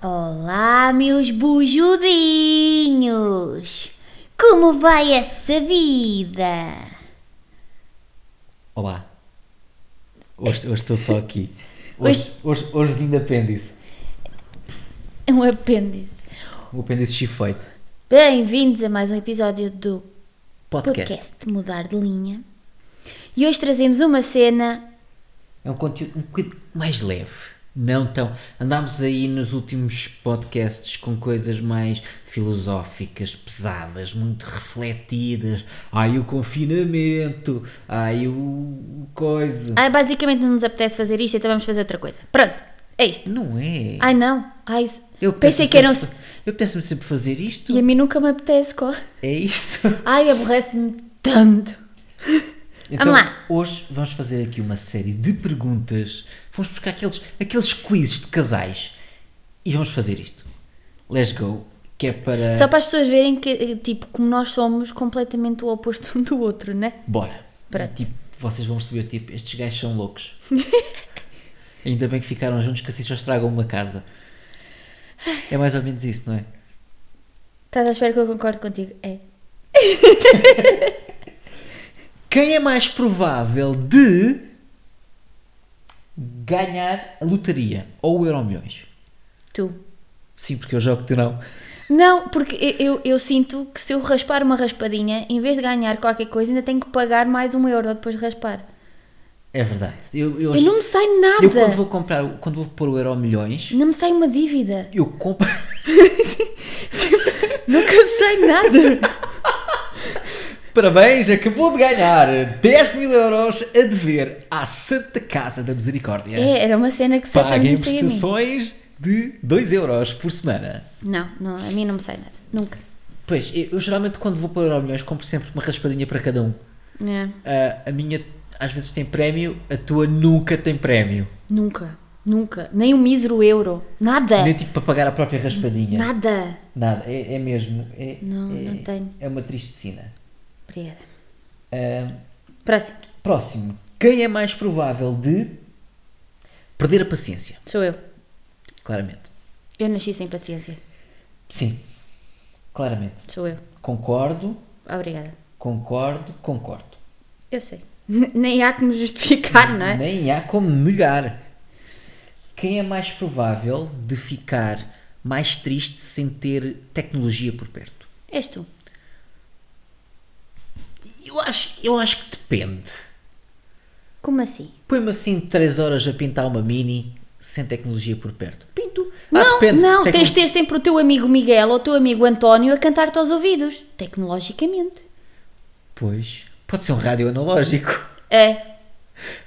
Olá, meus bujudinhos! Como vai essa vida? Olá. Hoje, hoje estou só aqui. Hoje, hoje, hoje vim de apêndice. É um apêndice. O apêndice chifeito. Bem-vindos a mais um episódio do Podcast. podcast Mudar de Linha. E hoje trazemos uma cena. É um conteúdo um bocadinho mais leve. Não tão. Andámos aí nos últimos podcasts com coisas mais filosóficas, pesadas, muito refletidas. Ai, o confinamento. Ai, o coisa. Ai, basicamente não nos apetece fazer isto, então vamos fazer outra coisa. Pronto, é isto. Não é. Ai não, ai. Eu pensei apetece-me que eram. sempre- Eu apetece-me sempre fazer isto. E a mim nunca me apetece. co- É isso. Ai, aborrece-me tanto. Então, Vamos lá. hoje vamos fazer aqui uma série de perguntas. Vamos buscar aqueles, aqueles quizzes de casais e vamos fazer isto. Let's go. Que é para. Só para as pessoas verem que, eh, tipo, como nós somos completamente o oposto um do outro, né? Bora. Pronto. Tipo, vocês vão perceber, tipo, estes gajos são loucos. Ainda bem que ficaram juntos que assim só estragam uma casa. É mais ou menos isso, não é? Estás à espera que eu concorde contigo? É. Quem é mais provável de ganhar a lotaria ou o Euro Milhões? Tu. Sim, porque eu jogo tu não. Não, porque eu, eu, eu sinto que se eu raspar uma raspadinha, em vez de ganhar qualquer coisa, ainda tenho que pagar mais um euro depois de raspar. É verdade. Eu, eu, Eu não me sai nada. Eu quando vou comprar, o- quando vou pôr o euro milhões, Não me sai uma dívida. eu compro. Nunca me sai nada. Parabéns, acabou de ganhar 10 mil euros a dever à Santa Casa da Misericórdia. é, era uma cena que certamente Paguem me saía a mim. prestações de 2 euros por semana. Não, não, a mim não me sai nada. Nunca. Pois, eu, eu geralmente quando vou pôr euro milhões compro sempre uma raspadinha para cada um. É. Ah, a minha às vezes tem prémio, a tua nunca tem prémio. Nunca. Nunca. Nem um mísero euro. Nada. Nem tipo para pagar a própria raspadinha. É. Nada. Nada, é, é mesmo. É, Não, é, não tenho. É uma tristecina. Obrigada. Ah, Próximo. Próximo. Quem é mais provável de perder a paciência? Sou eu. Claramente. Eu nasci sem paciência. Sim. Claramente. Sou eu. Concordo, Obrigada. concordo, concordo. Eu sei. nem há que me justificar, não é? Nem há como negar. Quem é mais provável de ficar mais triste sem ter tecnologia por perto? És tu. Eu acho, eu acho que depende. Como assim? Põe-me assim 3 horas a pintar uma mini sem tecnologia por perto. Pinto. Ah, não, não, Tecno- tens de ter sempre o teu amigo Miguel ou o teu amigo António a cantar-te aos ouvidos. Tecnologicamente. Pois. Pode ser um rádio analógico. É.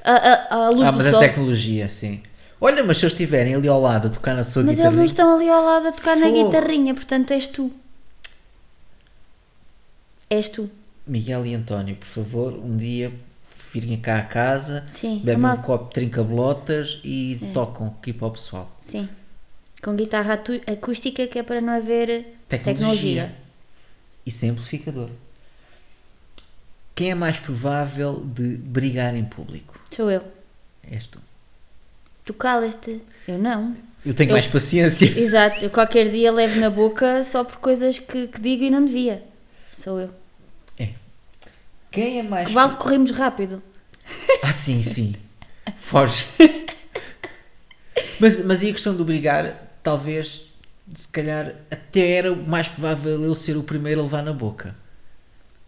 A, a- a luz Ah, do mas a sol. tecnologia, sim. Olha, mas se eles estiverem ali ao lado a tocar na sua Mas eles guitarra. não estão ali ao lado a tocar na Fogo. guitarrinha, portanto és tu. És tu. Miguel e António, por favor, um dia virem cá a casa, Sim, bebem a um malta- copo de trinca-bolotas e tocam aqui para o pessoal. Sim. Com guitarra atu- acústica que é para não haver Tecnologia. tecnologia. E sem amplificador. Quem é mais provável de brigar em público? Sou eu. És tu. Tu calas-te. Eu não. Eu tenho mais paciência. Exato, eu qualquer dia levo na boca só por coisas que, que digo e não devia. Sou eu. É. Quem é mais. Que vale corremos rápido. Ah, sim, sim. Foge. mas, mas e a questão do brigar, talvez, se calhar, até era o mais provável eu ser o primeiro a levar na boca.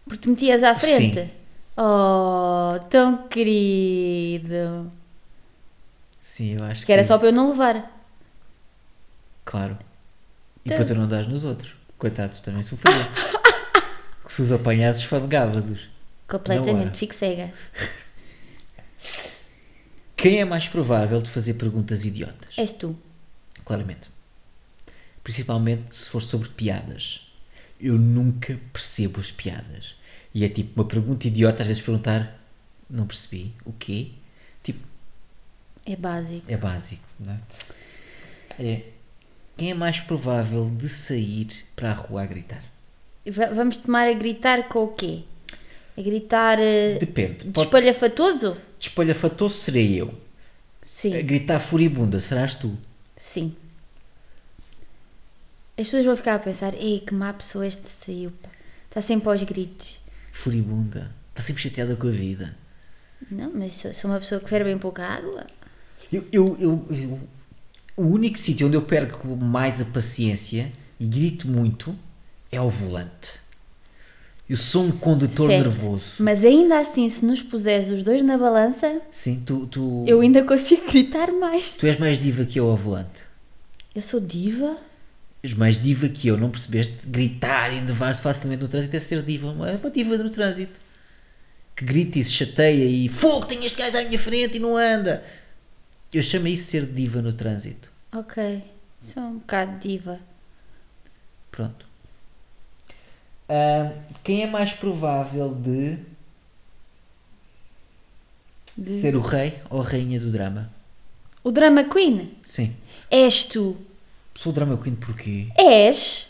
Porque te metias à frente. Sim. Oh, tão querido. Sim, eu acho Que era só para eu não levar. Claro. E Então- para tu não dás nos outros. Coitados, também sofriam. se os apanhasses, fadegavas-os. Na hora. Completamente. Fico cega. Quem é mais provável de fazer perguntas idiotas? És tu. Claramente. Principalmente se for sobre piadas. Eu nunca percebo as piadas. E é tipo uma pergunta idiota, às vezes perguntar, não percebi, o quê? Tipo, É básico. é básico, não é? É, Quem é mais provável de sair para a rua a gritar? Va- vamos tomar a gritar com o quê? A gritar. eh, Depende. de pode- espalhafatoso? De espalhafatoso serei eu. A Sim. gritar furibunda serás tu. Sim. As pessoas vão ficar a pensar, ei, que má pessoa este saiu. pá. Está sempre aos gritos. Furibunda. Está sempre chateada com a vida. Não, mas sou, sou uma pessoa que bebe bem pouca água. Eu, eu, eu- eu- o único sítio onde eu perco mais a paciência e grito muito é ao volante. Eu sou um condutor Certo. nervoso. Mas ainda assim, se nos puseres os dois na balança, Sim, tu, tu, eu ainda consigo gritar mais. tu és mais diva que eu ao volante. Eu sou diva? És mais diva que eu, não percebeste? Gritar e enervar-se facilmente no trânsito é ser diva. É uma diva no trânsito. Que grita e se chateia e fogo, tem este gajo à minha frente e não anda. Eu chamo isso de ser diva no trânsito. Ok, sou um bocado diva. Pronto. Ah, quem é mais provável de, De- ser o rei ou a rainha do drama? O drama queen? Sim. És tu. Sou drama queen porquê? És.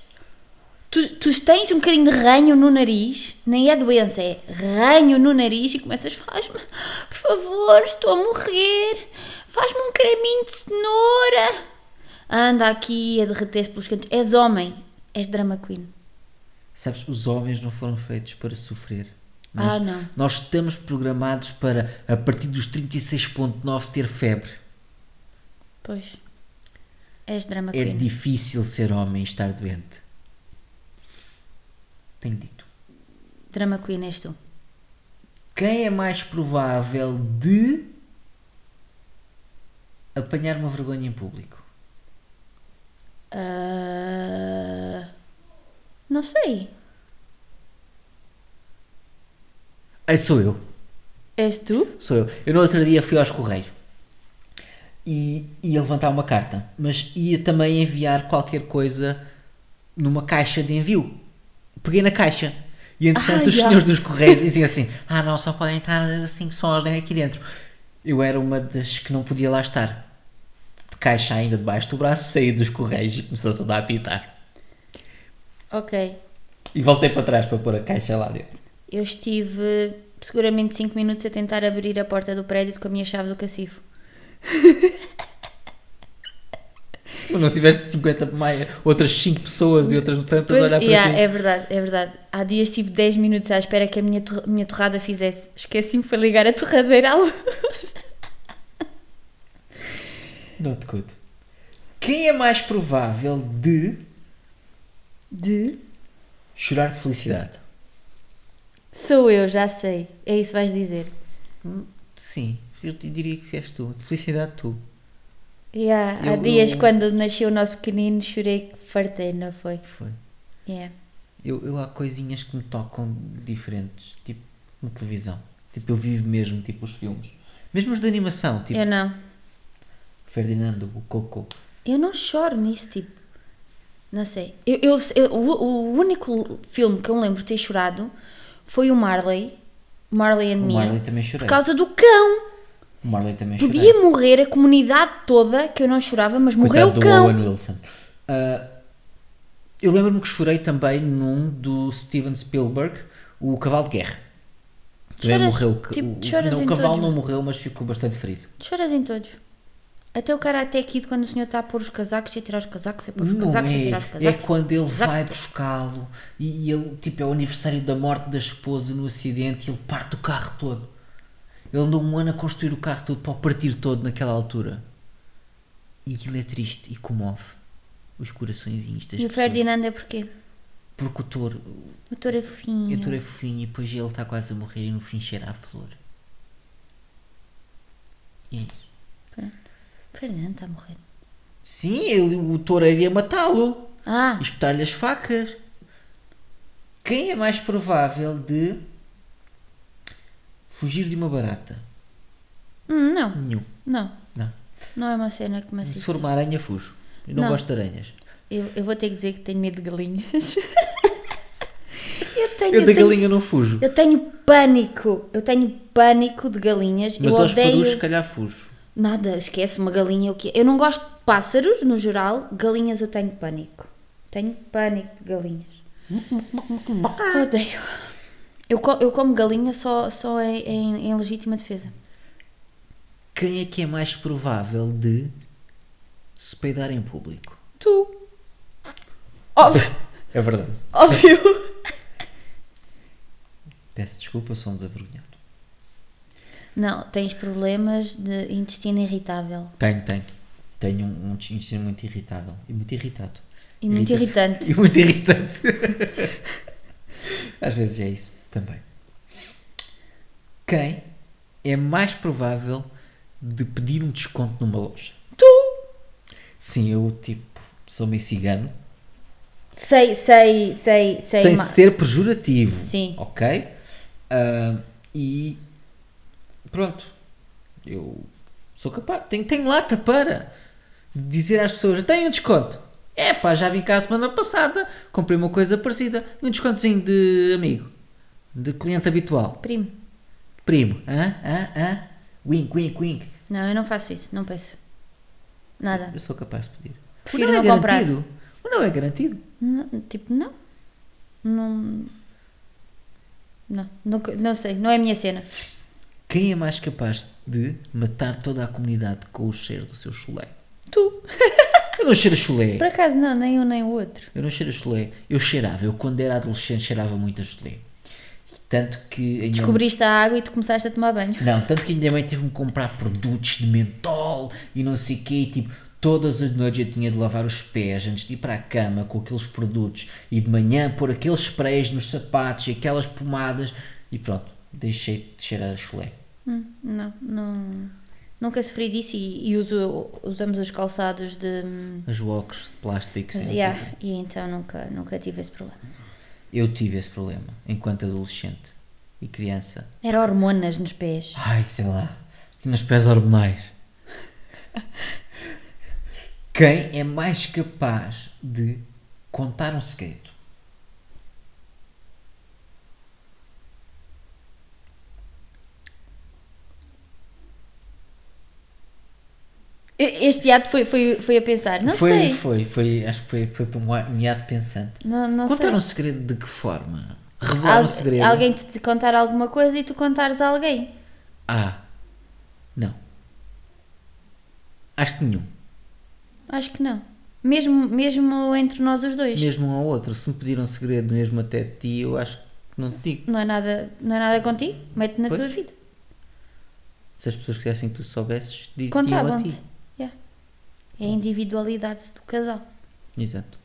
Tu, tu tens um bocadinho de ranho no nariz, nem é doença, é ranho no nariz e começas, faz-me, por favor, estou a morrer, faz-me um creminho de cenoura. Anda aqui a derreter-se pelos cantos. És homem, és drama queen. Sabes, os homens não foram feitos para sofrer. Nós, Ah, não. Nós estamos programados para, a partir dos 36.9, ter febre. Pois. És drama É queen. difícil ser homem e estar doente. Tenho dito. Drama queen és tu. Quem é mais provável de apanhar uma vergonha em público? Ah, Não sei. Ei, Ah, sou eu. És tu? Sou eu. Eu no outro dia fui aos Correios e ia levantar uma carta, mas ia também enviar qualquer coisa numa caixa de envio. Peguei na caixa. E entretanto Ah, os já. senhores dos Correios dizem assim: Ah, não, só podem estar assim, cinco pessoas aqui dentro. Eu era uma das que não podia lá estar. De caixa ainda debaixo do braço, saí dos Correios e começou toda a apitar. Ok. E voltei para trás para pôr a caixa lá dentro. Eu estive seguramente 5 minutos a tentar abrir a porta do prédio com a minha chave do cacifo. Mas não tiveste 50 mais, outras 5 pessoas e outras tantas a olhar para yeah, ti. é verdade, é verdade. Há dias estive 10 minutos à espera que a minha, torra- minha torrada fizesse. Esqueci-me, foi ligar a torradeira à luz. Não te cuido. Quem é mais provável de De? chorar de felicidade? Sou eu, já sei. É isso que vais dizer. Sim, eu te diria que és tu. De felicidade, tu. Yeah, há Eu- dias eu- quando nasceu o nosso pequenino chorei que fartei, não foi? Foi. Yeah. Eu, eu há coisinhas que me tocam diferentes, tipo na televisão. Tipo, eu vivo mesmo, tipo os filmes. Mesmo os de animação, tipo Eu não. É. Ferdinando, o Coco. Eu não choro nisso, tipo. Não sei. Eu, eu- eu- o, o único filme que eu me lembro de ter chorado foi o Marley. Marley and O Me. Marley é. também chorei. Por causa do cão. O Marley também chorei. Podia morrer a comunidade toda que eu não chorava, mas morreu É. Coitado o do cão. Owen Wilson. Ah, eu lembro-me que chorei também num do Steven Spielberg, o Cavalo de Guerra. Também Choras, morreu. o ca- tipo, o- choras não, em o cavalo todos. não morreu, mas ficou bastante ferido. Choras em todos. Até o cara até aqui de quando o senhor está a pôr os casacos e a tirar os casacos e a pôr os Não casacos e a é, tirar os é casacos. quando ele Casacos. vai buscá-lo e ele, tipo, é o aniversário da morte da esposa no acidente e ele parte o carro todo. Ele andou um ano a construir o carro todo para o partir todo naquela altura. E aquilo é triste e comove os coraçõezinhos das E o pessoas. Ferdinando é porquê? Porque o touro, O touro é o fofinho. touro é fofinho e depois ele está quase a morrer e no fim cheira a flor. E é isso. é- Ferdinando está a morrer. Sim, ele, o touro iria matá-lo Ah, e espetar-lhe as facas. Quem é mais provável de fugir de uma barata? hum, não, Nenhum. não. Não. Não é uma cena que me Se assiste. for uma aranha, fujo. Eu não, Não. gosto de aranhas. Eu, eu vou ter que dizer que tenho medo de galinhas. eu tenho, Eu da tenho- galinha não fujo. eu tenho pânico. Eu tenho pânico de galinhas. Mas eu aos odeio. perus, se calhar, fujo. Nada, esquece uma galinha o que é. Eu não gosto de pássaros, no geral. Galinhas eu tenho pânico. Tenho pânico de galinhas. odeio. Eu, co- eu como galinha só, só em, em- em legítima defesa. Quem é que é mais provável de se peidar em público? Tu. Óbvio. É verdade. óbvio. Peço desculpa, sou um desavergonhado. Não, tens problemas de intestino irritável. Tenho, tenho. Tenho um, um intestino muito irritável. E muito irritado. E muito irritante. Irrita-se- E muito irritante. Às vezes é isso também. Quem é mais provável de pedir um desconto numa loja? Tu! Sim, eu tipo sou meio cigano. Sei, sei, sei, sei. sem ma- ser pejorativo. Sim. Ok? Ah, e pronto. Eu sou capaz. Tenho, tenho lata para dizer às pessoas: tem um desconto. É pá, já vim cá a semana passada, comprei uma coisa parecida. Um descontozinho de amigo, de cliente habitual, Primo. primo. Hã? Hã? Hã? Wink, wink, wink. Não, eu não faço isso, não peço. Nada. Eu sou capaz de pedir. Prefiro o não é não comprar. garantido. O não é garantido. Não, tipo, não. Não. Não, nunca- não sei, não é a minha cena. Quem é mais capaz de matar toda a comunidade com o cheiro do seu chulé? Tu! Eu não cheiro a chulé. Por acaso não, nem um nem o outro. Eu não cheiro a chulé. Eu cheirava. Eu quando era adolescente cheirava muito a chulé. Tanto que... a minha- Descobriste a água e tu começaste a tomar banho. Não, tanto que a minha mãe teve-me comprar produtos de mentol e não sei o quê. E, tipo, todas as noites eu tinha de lavar os pés antes de ir para a cama com aqueles produtos. E de manhã pôr aqueles sprays nos sapatos e aquelas pomadas. E pronto, deixei de cheirar a chulé. Hum, não, não. Nunca sofri disso e, e uso, usamos os calçados de. Os walkers de plástico. sim. Yeah, e então nunca, nunca tive esse problema. Eu tive esse problema enquanto adolescente e criança. Era hormonas nos pés. Ai, sei lá. Tinha os pés hormonais. Quem é mais capaz de contar um segredo? E- Este ato foi, foi, foi a pensar, não foi, sei. foi, foi, acho que foi, foi para um a- um hiato pensante. Não, não contar sei. um segredo de que forma? Revelar um Algu- segredo? Alguém te, te contar alguma coisa e tu contares a alguém. Ah, não. Acho que nenhum. Acho que não. Mesmo, mesmo entre nós os dois. Mesmo um ao outro. Se me pedir um segredo mesmo até de ti, eu acho que não te digo. Não é nada, não é nada contigo, mete na Pois. tua vida. Se as pessoas quisessem que tu soubesses, diriam a ti. Contavam-te. Yeah. É a individualidade do casal. Exato.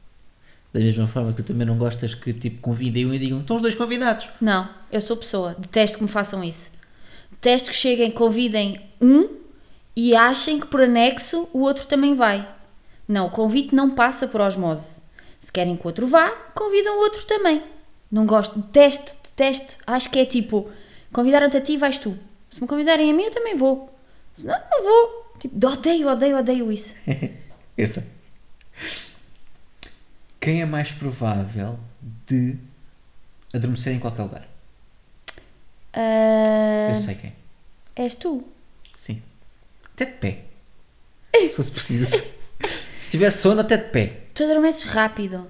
Da mesma forma que tu também não gostas que tipo convidem um e digam estão os dois convidados. Não, eu sou pessoa. Detesto que me façam isso. Detesto que cheguem, convidem um e achem que por anexo o outro também vai. Não, o convite não passa por osmose. Se querem que o outro vá, convidam o outro também. Não gosto, detesto, detesto. Acho que é tipo, convidaram-te a ti, vais tu. Se me convidarem a mim, eu também vou. Se não, não vou. Tipo, odeio, odeio, odeio isso. Eu sei. Quem é mais provável de adormecer em qualquer lugar? Ah, Eu sei quem. és tu. Sim. Até de pé. Se fosse preciso. Se tiver sono, até de pé. Tu adormeces rápido. Hum.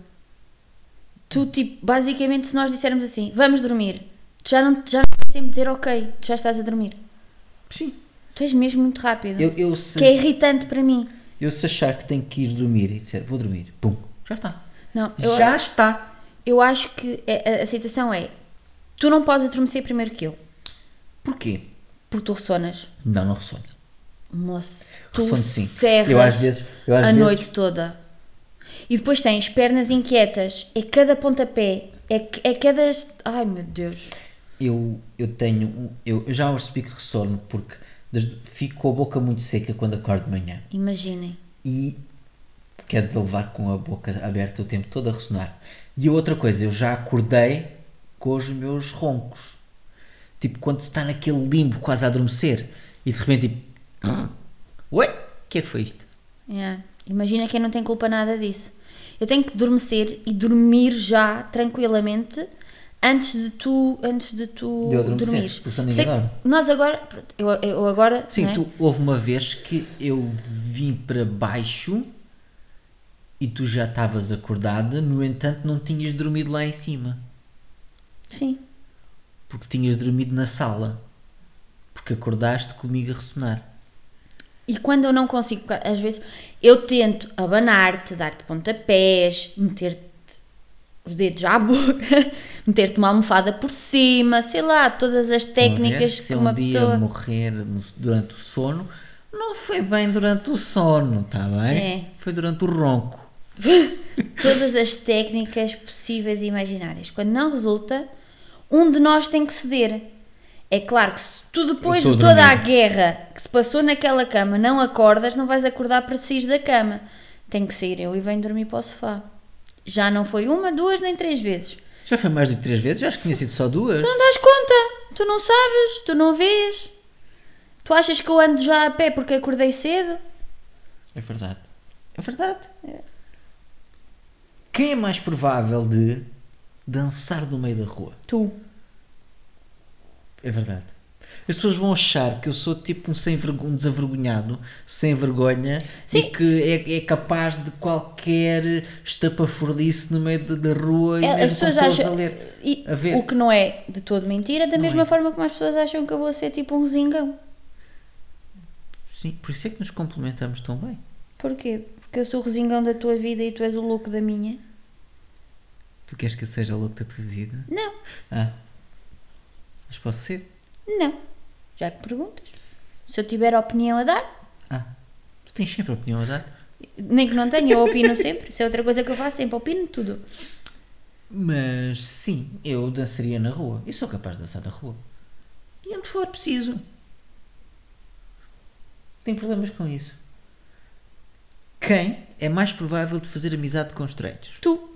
Tu, tipo, basicamente, se nós dissermos assim, vamos dormir, tu já não, já não tens tempo de dizer ok, tu já estás a dormir. Sim. Tu és mesmo muito rápido. Eu, eu, se, Que é irritante para mim. eu se achar que tenho que ir dormir e dizer vou dormir, pum, já está. Não, eu, Já está. eu acho que é- a, a situação é: tu não podes adormecer primeiro que eu, Porquê? porque tu ressonas. Não, não ressona. Moço, tu Ressono, sim. ferras Eu às vezes- eu às a vezes- noite toda. E depois tens pernas inquietas, é cada pontapé, é, é cada. Ai meu Deus. Eu, eu tenho. um- Eu, eu já percebi que ressono porque das- fico com a boca muito seca quando acordo de manhã Imaginem. e quero de levar com a boca aberta o tempo todo a ressonar. E outra coisa, eu já acordei com os meus roncos. Tipo, quando se está naquele limbo quase a adormecer e de repente tipo. Oi? O que é que foi isto? Yeah. Imagina quem não tem culpa nada disso. Eu tenho que adormecer e dormir já tranquilamente antes de tu antes de tu De eu adormecer, dormires. porque senão ninguém Por isso é que dorme. Nós agora, pronto, eu, eu agora, Sim, não é? tu, houve uma vez que eu vim para baixo e tu já estavas acordada, no entanto não tinhas dormido lá em cima. Sim. porque tinhas dormido na sala, porque acordaste comigo a ressonar. E quando eu não consigo, porque às vezes eu tento abanar-te, dar-te pontapés, meter-te os dedos à boca, meter-te uma almofada por cima, sei lá, todas as técnicas Se que um uma dia pessoa. morrer no- durante o sono, não foi bem durante o sono, está bem? Sim. Foi durante o ronco. Todas as técnicas possíveis e imaginárias. Quando não resulta, um de nós tem que ceder. É claro que se tu depois de Todo toda a mundo. guerra que se passou naquela cama não acordas, não vais acordar para sair da cama. Tenho que sair eu e venho dormir para o sofá. Já não foi uma, duas nem três vezes. Já foi mais de três vezes? Eu acho que tinha sido só duas. Tu não dás conta, tu não sabes, tu não vês. Tu achas que eu ando já a pé porque acordei cedo? É verdade. É verdade. Quem é mais provável de dançar no meio da rua? Tu. É verdade. As pessoas vão achar que eu sou tipo um, sem vergo- um desavergonhado, sem vergonha e Sim. que é, é capaz de qualquer estapafurdice no meio de- da rua e É, mesmo as pessoas com pessoas acham. a ler. e- a ver. O que não é de todo mentira, da Não mesma é. forma como as pessoas acham que eu vou ser tipo um zingão. Sim, por isso é que nos complementamos tão bem. Porquê? Porque eu sou o resingão da tua vida e tu és o louco da minha? Tu queres que eu seja louco da tua vida? Não, Ah. Mas posso ser? não. Já que perguntas. Se eu tiver opinião a dar, Ah. Tu tens sempre opinião tá? a dar? nem que não tenha, eu opino sempre. Isso é outra coisa que eu faço sempre, opino tudo. Mas sim, eu dançaria na rua. Eu sou capaz de dançar na rua. E onde for preciso. Tenho problemas com isso. Quem é mais provável de fazer amizade com estranhos? Tu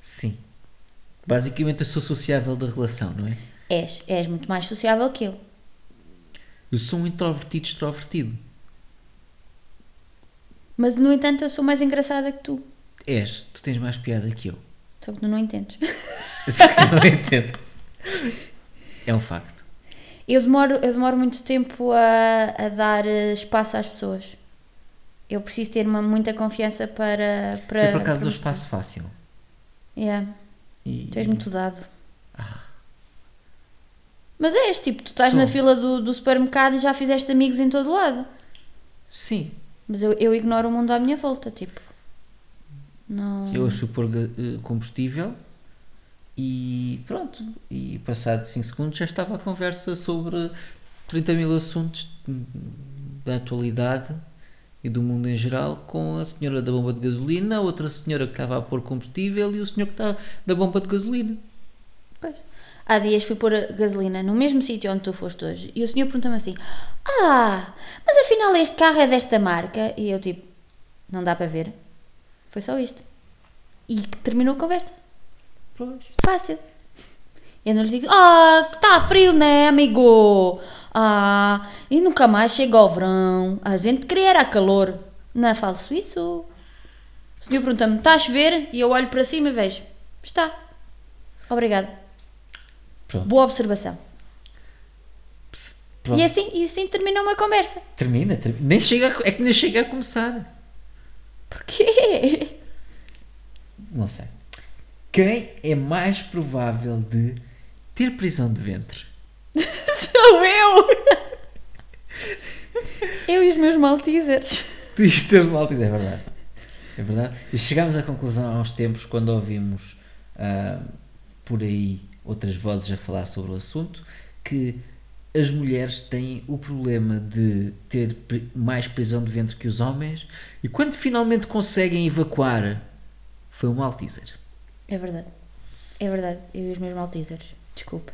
Sim. Basicamente eu sou sociável da relação, não é? és, és muito mais sociável que eu. Eu sou um introvertido extrovertido. Mas no entanto eu sou mais engraçada que tu. És, tu tens mais piada que eu. Só que tu não entendes. Só que eu não entendo. É um facto. Eu demoro, eu demoro muito tempo a, a dar eh, espaço às pessoas. Eu preciso ter uma, muita confiança para. para eu por acaso para- dou espaço fácil. Yeah, E- tu és muito dado. Ah. Mas és tipo, tu estás na Sou. fila do, do supermercado e já fizeste amigos em todo lado. Sim, Mas eu, eu ignoro o mundo à minha volta, tipo. Não. Se Eu acho pôr ga- eh, combustível e pronto. E passado 5 segundos já estava a conversa sobre 30 mil assuntos da atualidade e do mundo em geral com a senhora da bomba de gasolina, outra senhora que estava a pôr combustível e o senhor que estava da bomba de gasolina. Pois. Há dias fui pôr a gasolina no mesmo sítio onde tu foste hoje e o senhor pergunta-me assim: Ah, mas afinal este carro é desta marca? E eu tipo: Não dá para ver. Foi só isto. E que terminou a conversa. Pois. Fácil. Eu não lhes digo: Ah, que tá frio, né, amigo? Ah, e nunca mais chega ao verão. A gente queria era calor. Não faço isso. O senhor pergunta-me: Está a chover? E eu olho para cima e vejo: Está. Obrigada. Pronto. Boa observação. Ps- pronto. E assim, e assim terminou uma conversa. Termina, termina. Nem chega a co- é que nem chega a começar. Porquê? Não sei. Quem é mais provável de ter prisão de ventre? Sou eu! Eu e os meus maltesers. Isto é malta, é verdade. É verdade. E chegámos à conclusão há uns tempos, quando ouvimos ah, por aí outras vozes a falar sobre o assunto, que as mulheres têm o problema de ter pri- mais prisão de ventre que os homens e quando finalmente conseguem evacuar, foi um altízer. É verdade. É verdade. Eu e os meus maltesers. Desculpa.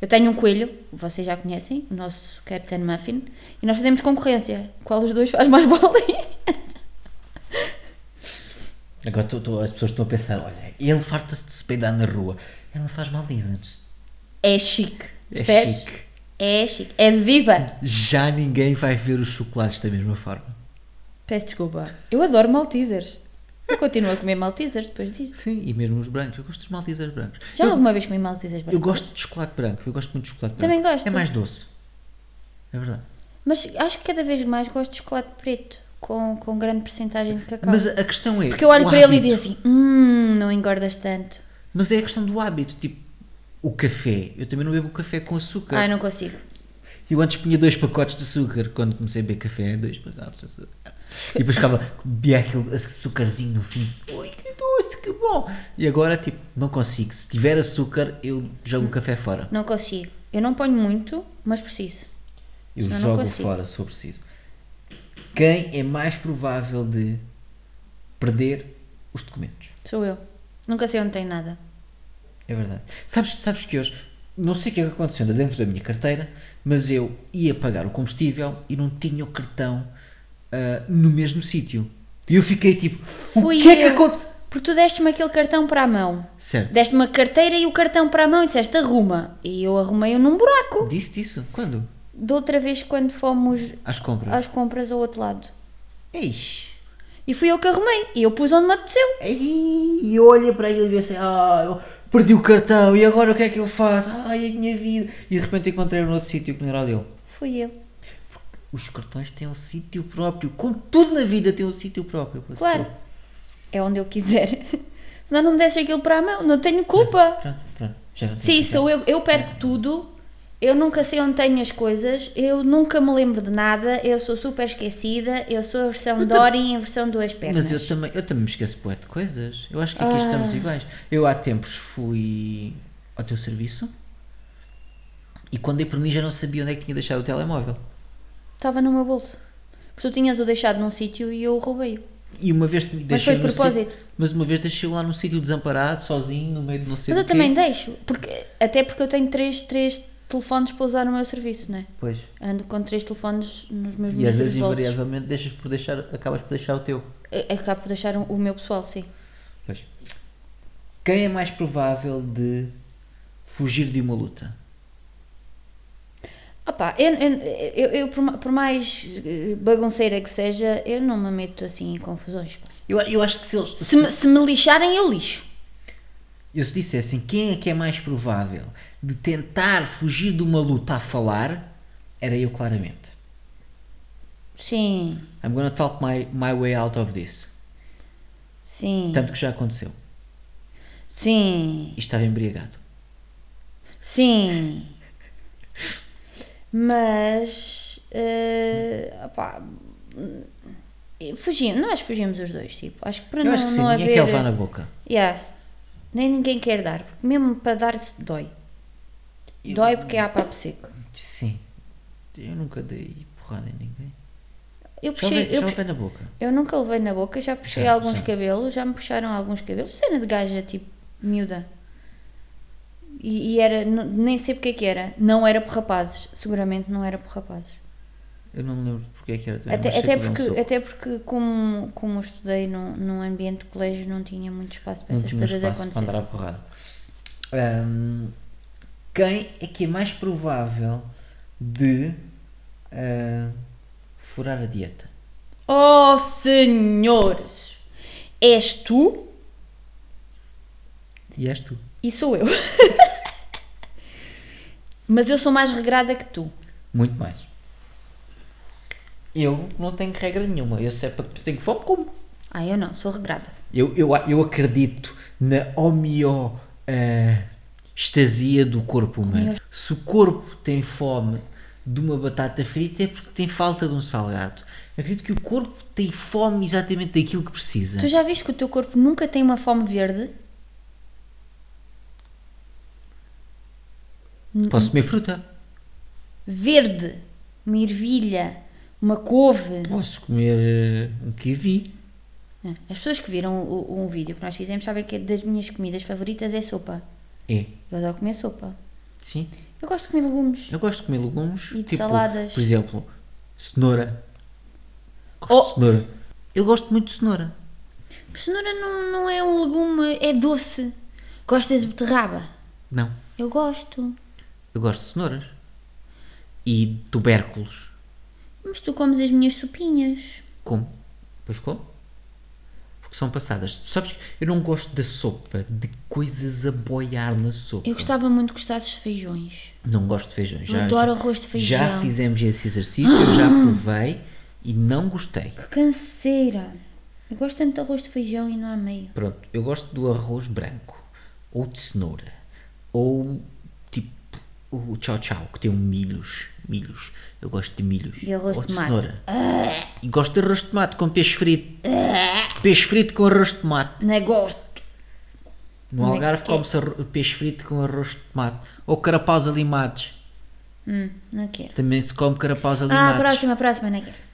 Eu tenho um coelho, vocês já conhecem, o nosso Captain Muffin, e nós fazemos concorrência. Qual dos dois faz mais bolinhas? Agora tô- tô- as pessoas estão a pensar: olha, ele farta-se de se peidar na rua, ela faz maldizers. É chique. É Percebes? chique. É chique. É diva. Já ninguém vai ver os chocolates da mesma forma. Peço desculpa. Eu adoro maltesers. Eu continuo a comer maltesers depois disto. Sim, e mesmo os brancos. Eu gosto dos maltesers brancos. Já eu, alguma vez comi maltesers brancos? eu gosto de chocolate branco. Eu gosto muito de chocolate branco. Também gosto. É mais doce. É verdade. Mas acho que cada vez mais gosto de chocolate preto, com, com grande percentagem de cacau. Mas a a questão é. Porque eu olho o para ele e digo hábito. assim: hum, não engordas tanto. Mas é a questão do hábito. Tipo, o café. Eu também não bebo café com açúcar. Ai, não consigo. Eu antes punha dois pacotes de açúcar quando comecei a beber café. Dois pacotes de açúcar. E depois ficava. Bebia aquele açúcarzinho no fim. Ui, que doce, que bom. E agora, tipo, não consigo. Se tiver açúcar, eu jogo o café fora. Não consigo. Eu não ponho muito, mas preciso. Eu Eu não jogo consigo. fora se for preciso. Quem é mais provável de perder os documentos? Sou eu. Nunca sei onde tem nada. É verdade. Sabes, sabes que hoje, não sei o que é que aconteceu dentro da minha carteira, mas eu ia pagar o combustível e não tinha o cartão ah, no mesmo sítio. E eu fiquei tipo, Fui o que é que eu. aconteceu? Porque tu deste-me aquele cartão para a mão. Certo. Deste-me a carteira e o cartão para a mão e disseste arruma. E eu arrumei-o num buraco. Disse isso? Quando? Da outra vez quando fomos Às compras. às compras ao outro lado. Eis. E fui eu que arrumei. E eu pus onde me apeteceu. E eu olhei para ele e pensei, ah, eu perdi o cartão e agora o que é que eu faço? Ai, a minha vida. E de repente encontrei-o noutro sítio que não era o dele. Fui eu. Os cartões têm um sítio próprio. Como tudo na vida tem um sítio próprio. para Claro. tudo. É onde eu quiser. Senão não me desses aquilo para a mão. Não tenho culpa. Pronto, pronto. Já não Sim, tenho sou eu. Eu É. perco tudo. Eu nunca sei onde tenho as coisas. Eu nunca me lembro de nada. Eu sou super esquecida. Eu sou a versão Dory em versão duas pernas. Mas eu também, eu também me esqueço bué de coisas. Eu acho que aqui Ah. estamos iguais. Eu há tempos fui ao teu serviço e quando dei por mim já não sabia onde é que tinha deixado o telemóvel. Estava no meu bolso. Porque tu tinhas o deixado num sítio e eu roubei-o. E uma vez Mas foi deixei de num propósito. sítio- mas uma vez deixei lá num sítio desamparado, sozinho, no meio de não sei Mas eu do quê. também deixo. Porque, até porque eu tenho três, três telefones para usar no meu serviço, não assim é? Pois. Ando com três telefones nos meus E às meus vezes bolsos. invariavelmente deixas por deixar, acabas por deixar o teu. Eu Acabo por deixar o meu pessoal, sim. Pois. Quem é mais provável de fugir de uma luta? Opá, eu, eu, eu- eu, por, ma- por mais eh, bagunceira que seja, eu não me meto assim em confusões. pá. Eu, eu acho que se eles. Se me, se me lixarem, eu lixo. Eu se dissessem quem é que é mais provável de tentar fugir de uma luta a falar, era eu claramente. Sim, I'm gonna talk my, my way out of this. sim, Tanto que já aconteceu. sim, E estava embriagado. sim. Mas, eh, opá, eh, fugimos, nós fugimos os dois, tipo. Acho que para Eu não, acho que sim, não ninguém haver... quer levar na boca. Yeah. Nem ninguém quer dar, porque mesmo para dar se dói. Dói porque é a papo seco. Sim. Eu nunca dei porrada em ninguém. Eu Já puxei, levei, já eu, levei na boca. Eu nunca levei na boca, já puxei Já, alguns já. cabelos, já me puxaram alguns cabelos, cena de gaja, tipo, miúda. E, e era, n- nem sei porque é que era, não era por rapazes, seguramente não era por rapazes. Eu não me lembro porque é que era. também, Até, mas sei até, que dei um porque, soco. até porque, como, como eu estudei num, num ambiente de colégio, não tinha muito espaço para não essas tinha um coisas espaço para acontecerem. andar à porrada. Ahm, quem é que é mais provável de ah, furar a dieta? Oh, senhores! És tu E és tu. e sou eu. Mas eu sou mais regrada que tu. Muito mais. Eu não tenho regra nenhuma. Eu sei para que tenho fome, como. Ah, eu não, sou regrada. Eu, eu, a- eu acredito na homeostasia do corpo humano. Se o corpo tem fome de uma batata frita é porque tem falta de um salgado. Eu acredito que o corpo tem fome exatamente daquilo que precisa. Tu já viste que o teu corpo nunca tem uma fome verde? Posso comer fruta? Verde, uma ervilha, uma couve. Posso comer eh, um kiwi? É, As pessoas que viram o- o- um vídeo que nós fizemos sabem que é das minhas comidas favoritas é sopa. É, Eu adoro comer sopa. sim. Eu gosto de comer legumes. Eu gosto de comer legumes. tipo, E de saladas. Por exemplo, cenoura. Gosto de Oh. cenoura. Eu gosto muito de cenoura. Cenoura não, não é um legume, é doce. Gostas de beterraba? Não, Eu gosto. eu gosto de cenouras. E tubérculos. Mas tu comes as minhas sopinhas. Como? Pois como? Porque são passadas. Sabes que eu não gosto da sopa, de coisas a boiar na sopa. Eu gostava muito que gostasses de feijões. Não gosto de feijão. Eu adoro arroz de feijão. Já fizemos esse exercício, eu já provei e não gostei. Que canseira. Eu gosto tanto de arroz de feijão e não há meio. Pronto, eu gosto do arroz branco, ou de cenoura, ou tipo o tchau tchau, que tem um milhos, milhos. Eu gosto de milhos. E arroz ou de tomate. cenoura. E gosto de arroz de tomate com peixe frito. Peixe frito com arroz de tomate. Não gosto. No Como é Algarve que é? come-se arro- peixe frito com arroz de tomate. Ou carapaus alimados. Hum, não quero. Também se come carapaus Ah, alimados. próxima, próxima, não quero.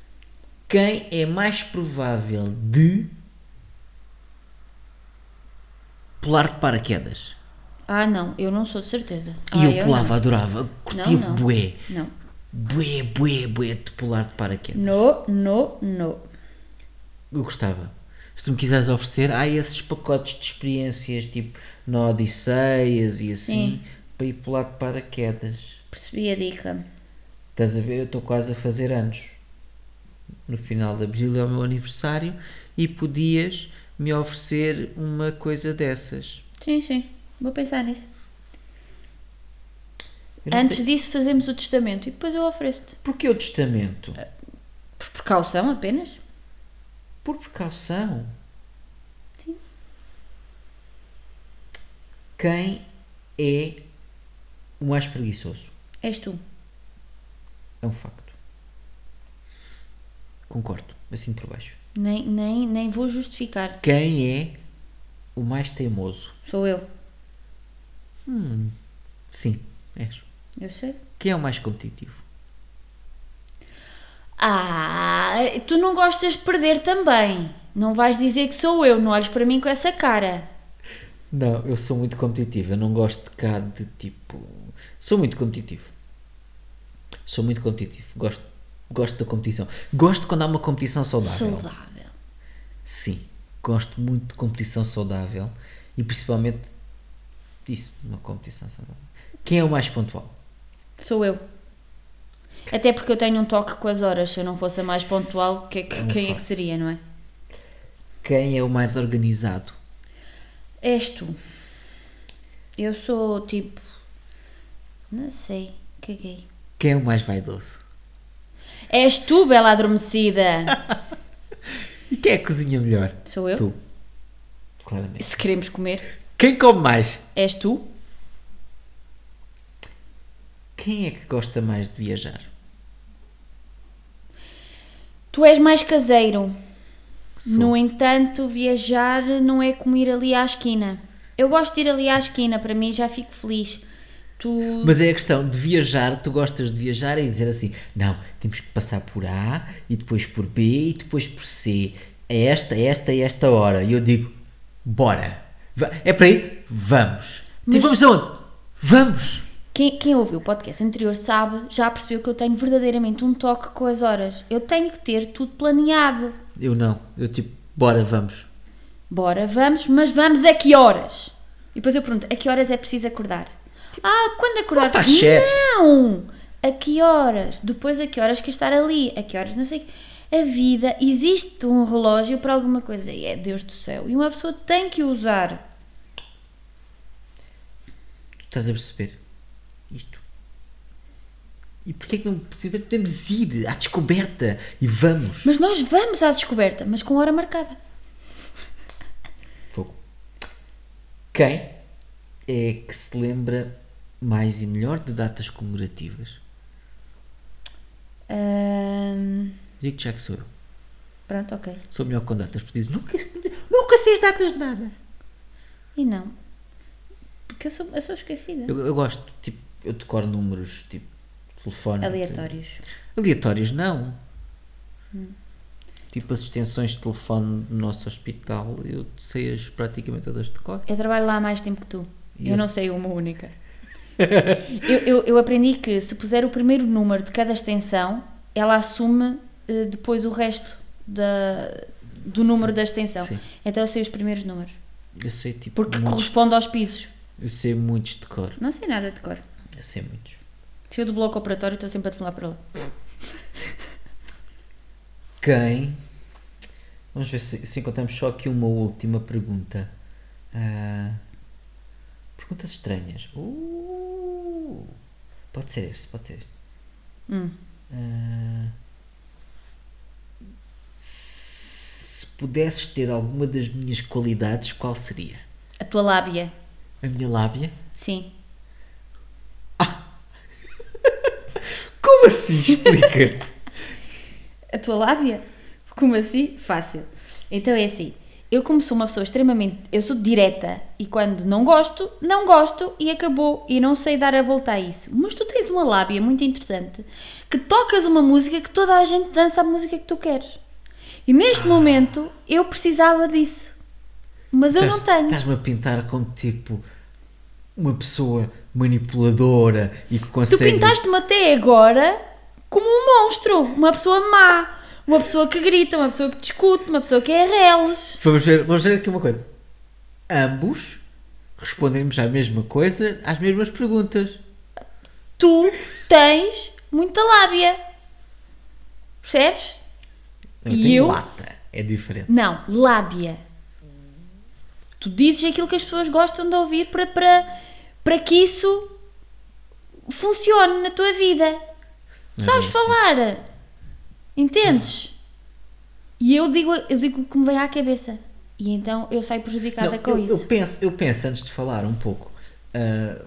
Quem é mais provável de pular de paraquedas? Ah, não, eu não sou de certeza. e Ah, eu pulava, adorava, curtia Não, não. bué. Não. não. Bué, bué, bué de pular de paraquedas. No, no, no. Eu gostava. Se tu me quiseres oferecer, há esses pacotes de experiências tipo na Odisseias e assim para ir pular de paraquedas. Percebi a dica. Estás a ver? Eu estou quase a fazer anos. No final de abril é o meu aniversário e podias me oferecer uma coisa dessas. Sim, sim. Vou pensar nisso. Eu não Antes te- disso fazemos o testamento e depois eu ofereço-te. Porquê o testamento? Por precaução apenas? Por precaução. Sim. Quem é o mais preguiçoso? És tu. É um facto. Concordo, assim por baixo. Nem, nem, nem vou justificar. Quem é o mais teimoso? Sou eu. Sim, és. Eu sei. Quem é o mais competitivo? Ah, tu não gostas de perder também. Não vais dizer que sou eu, não olhes para mim com essa cara. Não, eu sou muito competitivo. Eu não gosto de cá de tipo. Sou muito competitivo. Sou muito competitivo. Gosto, gosto da competição. Gosto quando há uma competição Saudável. Sim, gosto muito de competição saudável e principalmente disso, uma competição saudável. Quem é o mais pontual? Sou eu. Até porque eu tenho um toque com as horas. Se eu não fosse a mais pontual, que- que- É um quem é facto. que seria, não é? Quem é o mais organizado? És tu. Eu sou tipo. Não sei. Caguei. Quem é o mais vaidoso? És tu, bela adormecida. E quem é que cozinha melhor? Sou eu. Tu. Claramente. Se queremos comer, Quem come mais? és tu. Quem é que gosta mais de viajar? Tu és mais caseiro. Sou. No entanto, viajar não é como ir ali à esquina. Eu gosto de ir ali à esquina, para mim já fico feliz. Tu. Mas é a questão de viajar, tu gostas de viajar e dizer assim, não, temos que passar por A e depois por B e depois por C. A esta, a esta e esta hora. E eu digo, bora. Va- É para ir? Vamos. Tipo, Mas- vamos aonde? Vamos. Quem, quem ouviu o podcast anterior sabe, já percebeu que eu tenho verdadeiramente um toque com as horas. Eu tenho que ter tudo planeado. Eu não. Eu tipo, bora, vamos. Bora, vamos, mas vamos a que horas? E depois eu pergunto, a que horas é preciso acordar? Ah, quando acordar? Opa, chefe. não! A que horas? Depois a que horas quer estar ali? A que horas? Não sei. o quê. A vida, existe um relógio para alguma coisa. E é Deus do céu. E uma pessoa tem que usar. Tu estás a perceber isto. E porquê é que não simplesmente podemos ir à descoberta e vamos? Mas nós vamos à descoberta, mas com hora marcada. Fogo. Quem é que se lembra mais e melhor de datas comemorativas? Ahm, Digo já que sou eu. pronto, ok. Sou melhor com datas, porque dizes nunca, nunca sei as datas de nada. E não. Porque eu sou, eu sou esquecida. Eu, eu gosto, tipo, eu decoro números, tipo, telefone. tipo, Aleatórios. Aleatórios não. Tipo, as extensões de telefone do nosso hospital, eu sei as praticamente todas de cor. Eu trabalho lá há mais tempo que tu. Eu Isso. não sei uma única. eu, eu- eu aprendi que se puser o primeiro número de cada extensão, ela assume eh, depois o resto da- do número da extensão. Sim. Então eu sei os primeiros números. Eu sei, tipo, Porque muitos, corresponde aos pisos. eu sei muitos de cor. Não sei nada de cor. Eu sei muitos. Se eu do bloco operatório, estou sempre a telefonar para lá. Quem? Vamos ver se, se encontramos só aqui uma última pergunta. Ah, perguntas estranhas. Uh, pode ser este, pode ser este. Hum. Ah, se pudesses ter alguma das minhas qualidades, qual seria? A tua lábia. A minha lábia? Sim. Como assim? Explica-te. A tua lábia? Como assim? Fácil. Então é assim. Eu, como sou uma pessoa extremamente. Eu sou direta e quando não gosto, não gosto e acabou. E não sei dar a volta a isso. Mas tu tens uma lábia muito interessante que tocas uma música que toda a gente dança a música que tu queres. E neste momento eu precisava disso. Mas eu Estás- não tenho. Estás-me a pintar como tipo uma pessoa manipuladora e que Tu consegue. pintaste-me até agora como um monstro, uma pessoa má, uma pessoa que grita, uma pessoa que discute, uma pessoa que é reles. Vamos ver, vamos ver aqui uma coisa. Ambos respondemos à mesma coisa, às mesmas perguntas. Tu tens muita lábia. Percebes? Não, E tem eu? Lata. É diferente. Não, lábia. Tu dizes aquilo que as pessoas gostam de ouvir para, para, para que isso funcione na tua É vida. Tu sabes sim. falar. Entendes? E eu digo, eu digo o que me vem à cabeça. E então eu saio prejudicada Não, com eu, isso. eu penso, eu penso antes de falar um pouco, ah,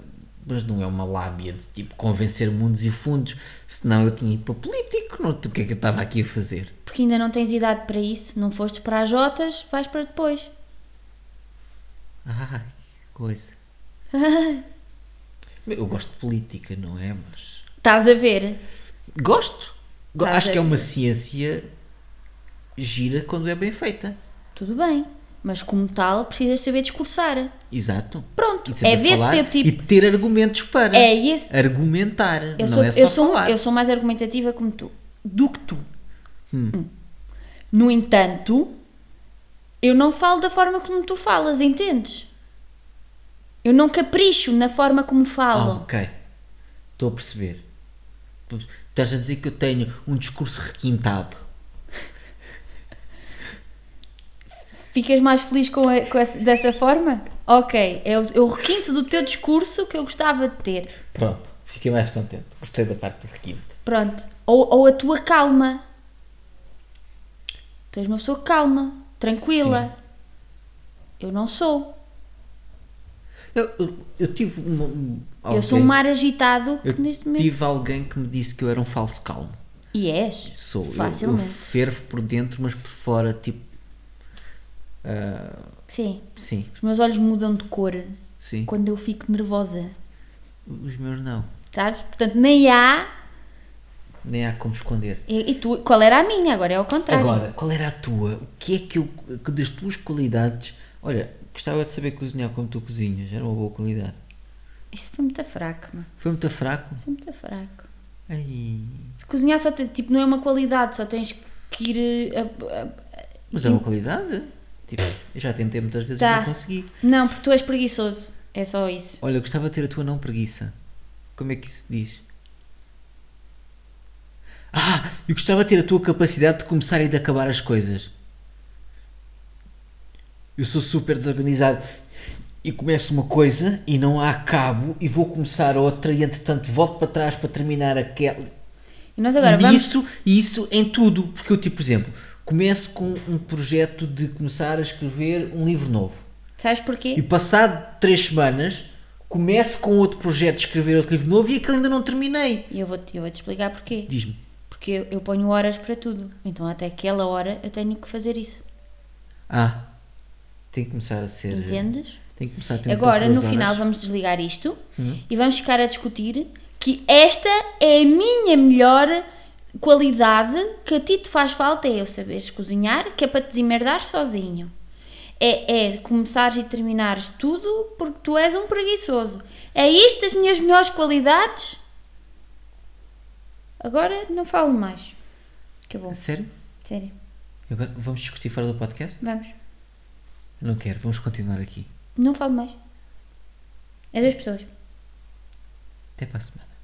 mas não é uma lábia de tipo convencer mundos e fundos, senão eu tinha ido para político, não, o que é que eu estava aqui a fazer? Porque ainda não tens idade para isso. Não foste para as Jotas, vais para depois. Ai, que coisa. Eu gosto de política, não é? Mas Estás a ver? gosto. Go- Estás Acho que é a- uma ciência gira quando é bem feita. Tudo bem. Mas como tal, precisas saber discursar. Exato. Pronto, E saber é desse falar teu tipo. E ter argumentos para. É esse- Argumentar. Eu não sou, é só eu, sou, um- falar. eu sou mais argumentativa como tu, do que tu. Hum. No entanto, eu não falo da forma como tu falas, entendes? Eu não capricho na forma como Ah, falo. ok. Estou a perceber. Estás a dizer que eu tenho um discurso requintado. Ah. Ficas mais feliz com, a- com essa- dessa forma? Ok, é o, é o requinte do teu discurso que eu gostava de ter. Pronto, fiquei mais contente. Gostei da parte do requinte. Pronto. Ou, ou a tua calma. Tu és uma pessoa calma, tranquila. Eu não sou. Eu, eu- eu tive uma. Eu sou um alguém- mar agitado que Eu neste momento. tive alguém que me disse que eu era um falso calmo. E és? Sou. Eu, eu Facilmente. fervo por dentro, mas por fora, tipo. ah, Sim. sim, Os meus olhos mudam de cor sim. quando eu fico nervosa. Os meus não. Sabes? Portanto, nem há. Nem há como esconder. E, e tu, qual era a minha? Agora é ao contrário. Agora, qual era a tua? O que é que eu. Que das tuas qualidades. Olha, gostava de saber cozinhar como tu cozinhas. Era uma boa qualidade. Isso foi muito fraco, mano. Foi muito fraco? Isso é muito fraco. Ai, Se cozinhar só tem, tipo, não é uma qualidade, só tens que ir. eh, a- a- a- mas é uma qualidade. Tipo, eu já tentei muitas vezes e Tá. não consegui. Não, porque tu és preguiçoso. É só isso. Olha, eu gostava de ter a tua não preguiça. Como é que isso se diz? Ah, eu gostava de ter a tua capacidade de começar e de acabar as coisas. Eu sou super desorganizado e começo uma coisa e não a acabo e vou começar outra e entretanto volto para trás para terminar aquela. E nós agora e vamos. isso, e isso em tudo, porque eu, tipo, por exemplo, começo com um projeto de começar a escrever um livro novo. Sabes E porquê? passado três semanas, começo com outro projeto de escrever outro livro novo e aquele ainda não terminei. E eu vou-te eu vou -te explicar porquê. Diz-me, Porque eu, eu ponho horas para tudo. Então, até aquela hora, eu tenho que fazer isso. ah, tem que começar a ser. Entendes? Tem que começar a ter um Agora, pouco no das final, horas. vamos desligar isto e vamos ficar a discutir que esta é a minha melhor qualidade que a ti te faz falta é eu saberes cozinhar, que é para te desemmerdar sozinho. É, é começares e terminares tudo porque tu és um preguiçoso. É isto as minhas melhores qualidades? Agora não falo mais. Acabou. Sério? Sério. E Agora vamos discutir fora do podcast? Vamos. Eu Não quero, vamos continuar aqui. Não falo mais. É duas pessoas. Até para a semana.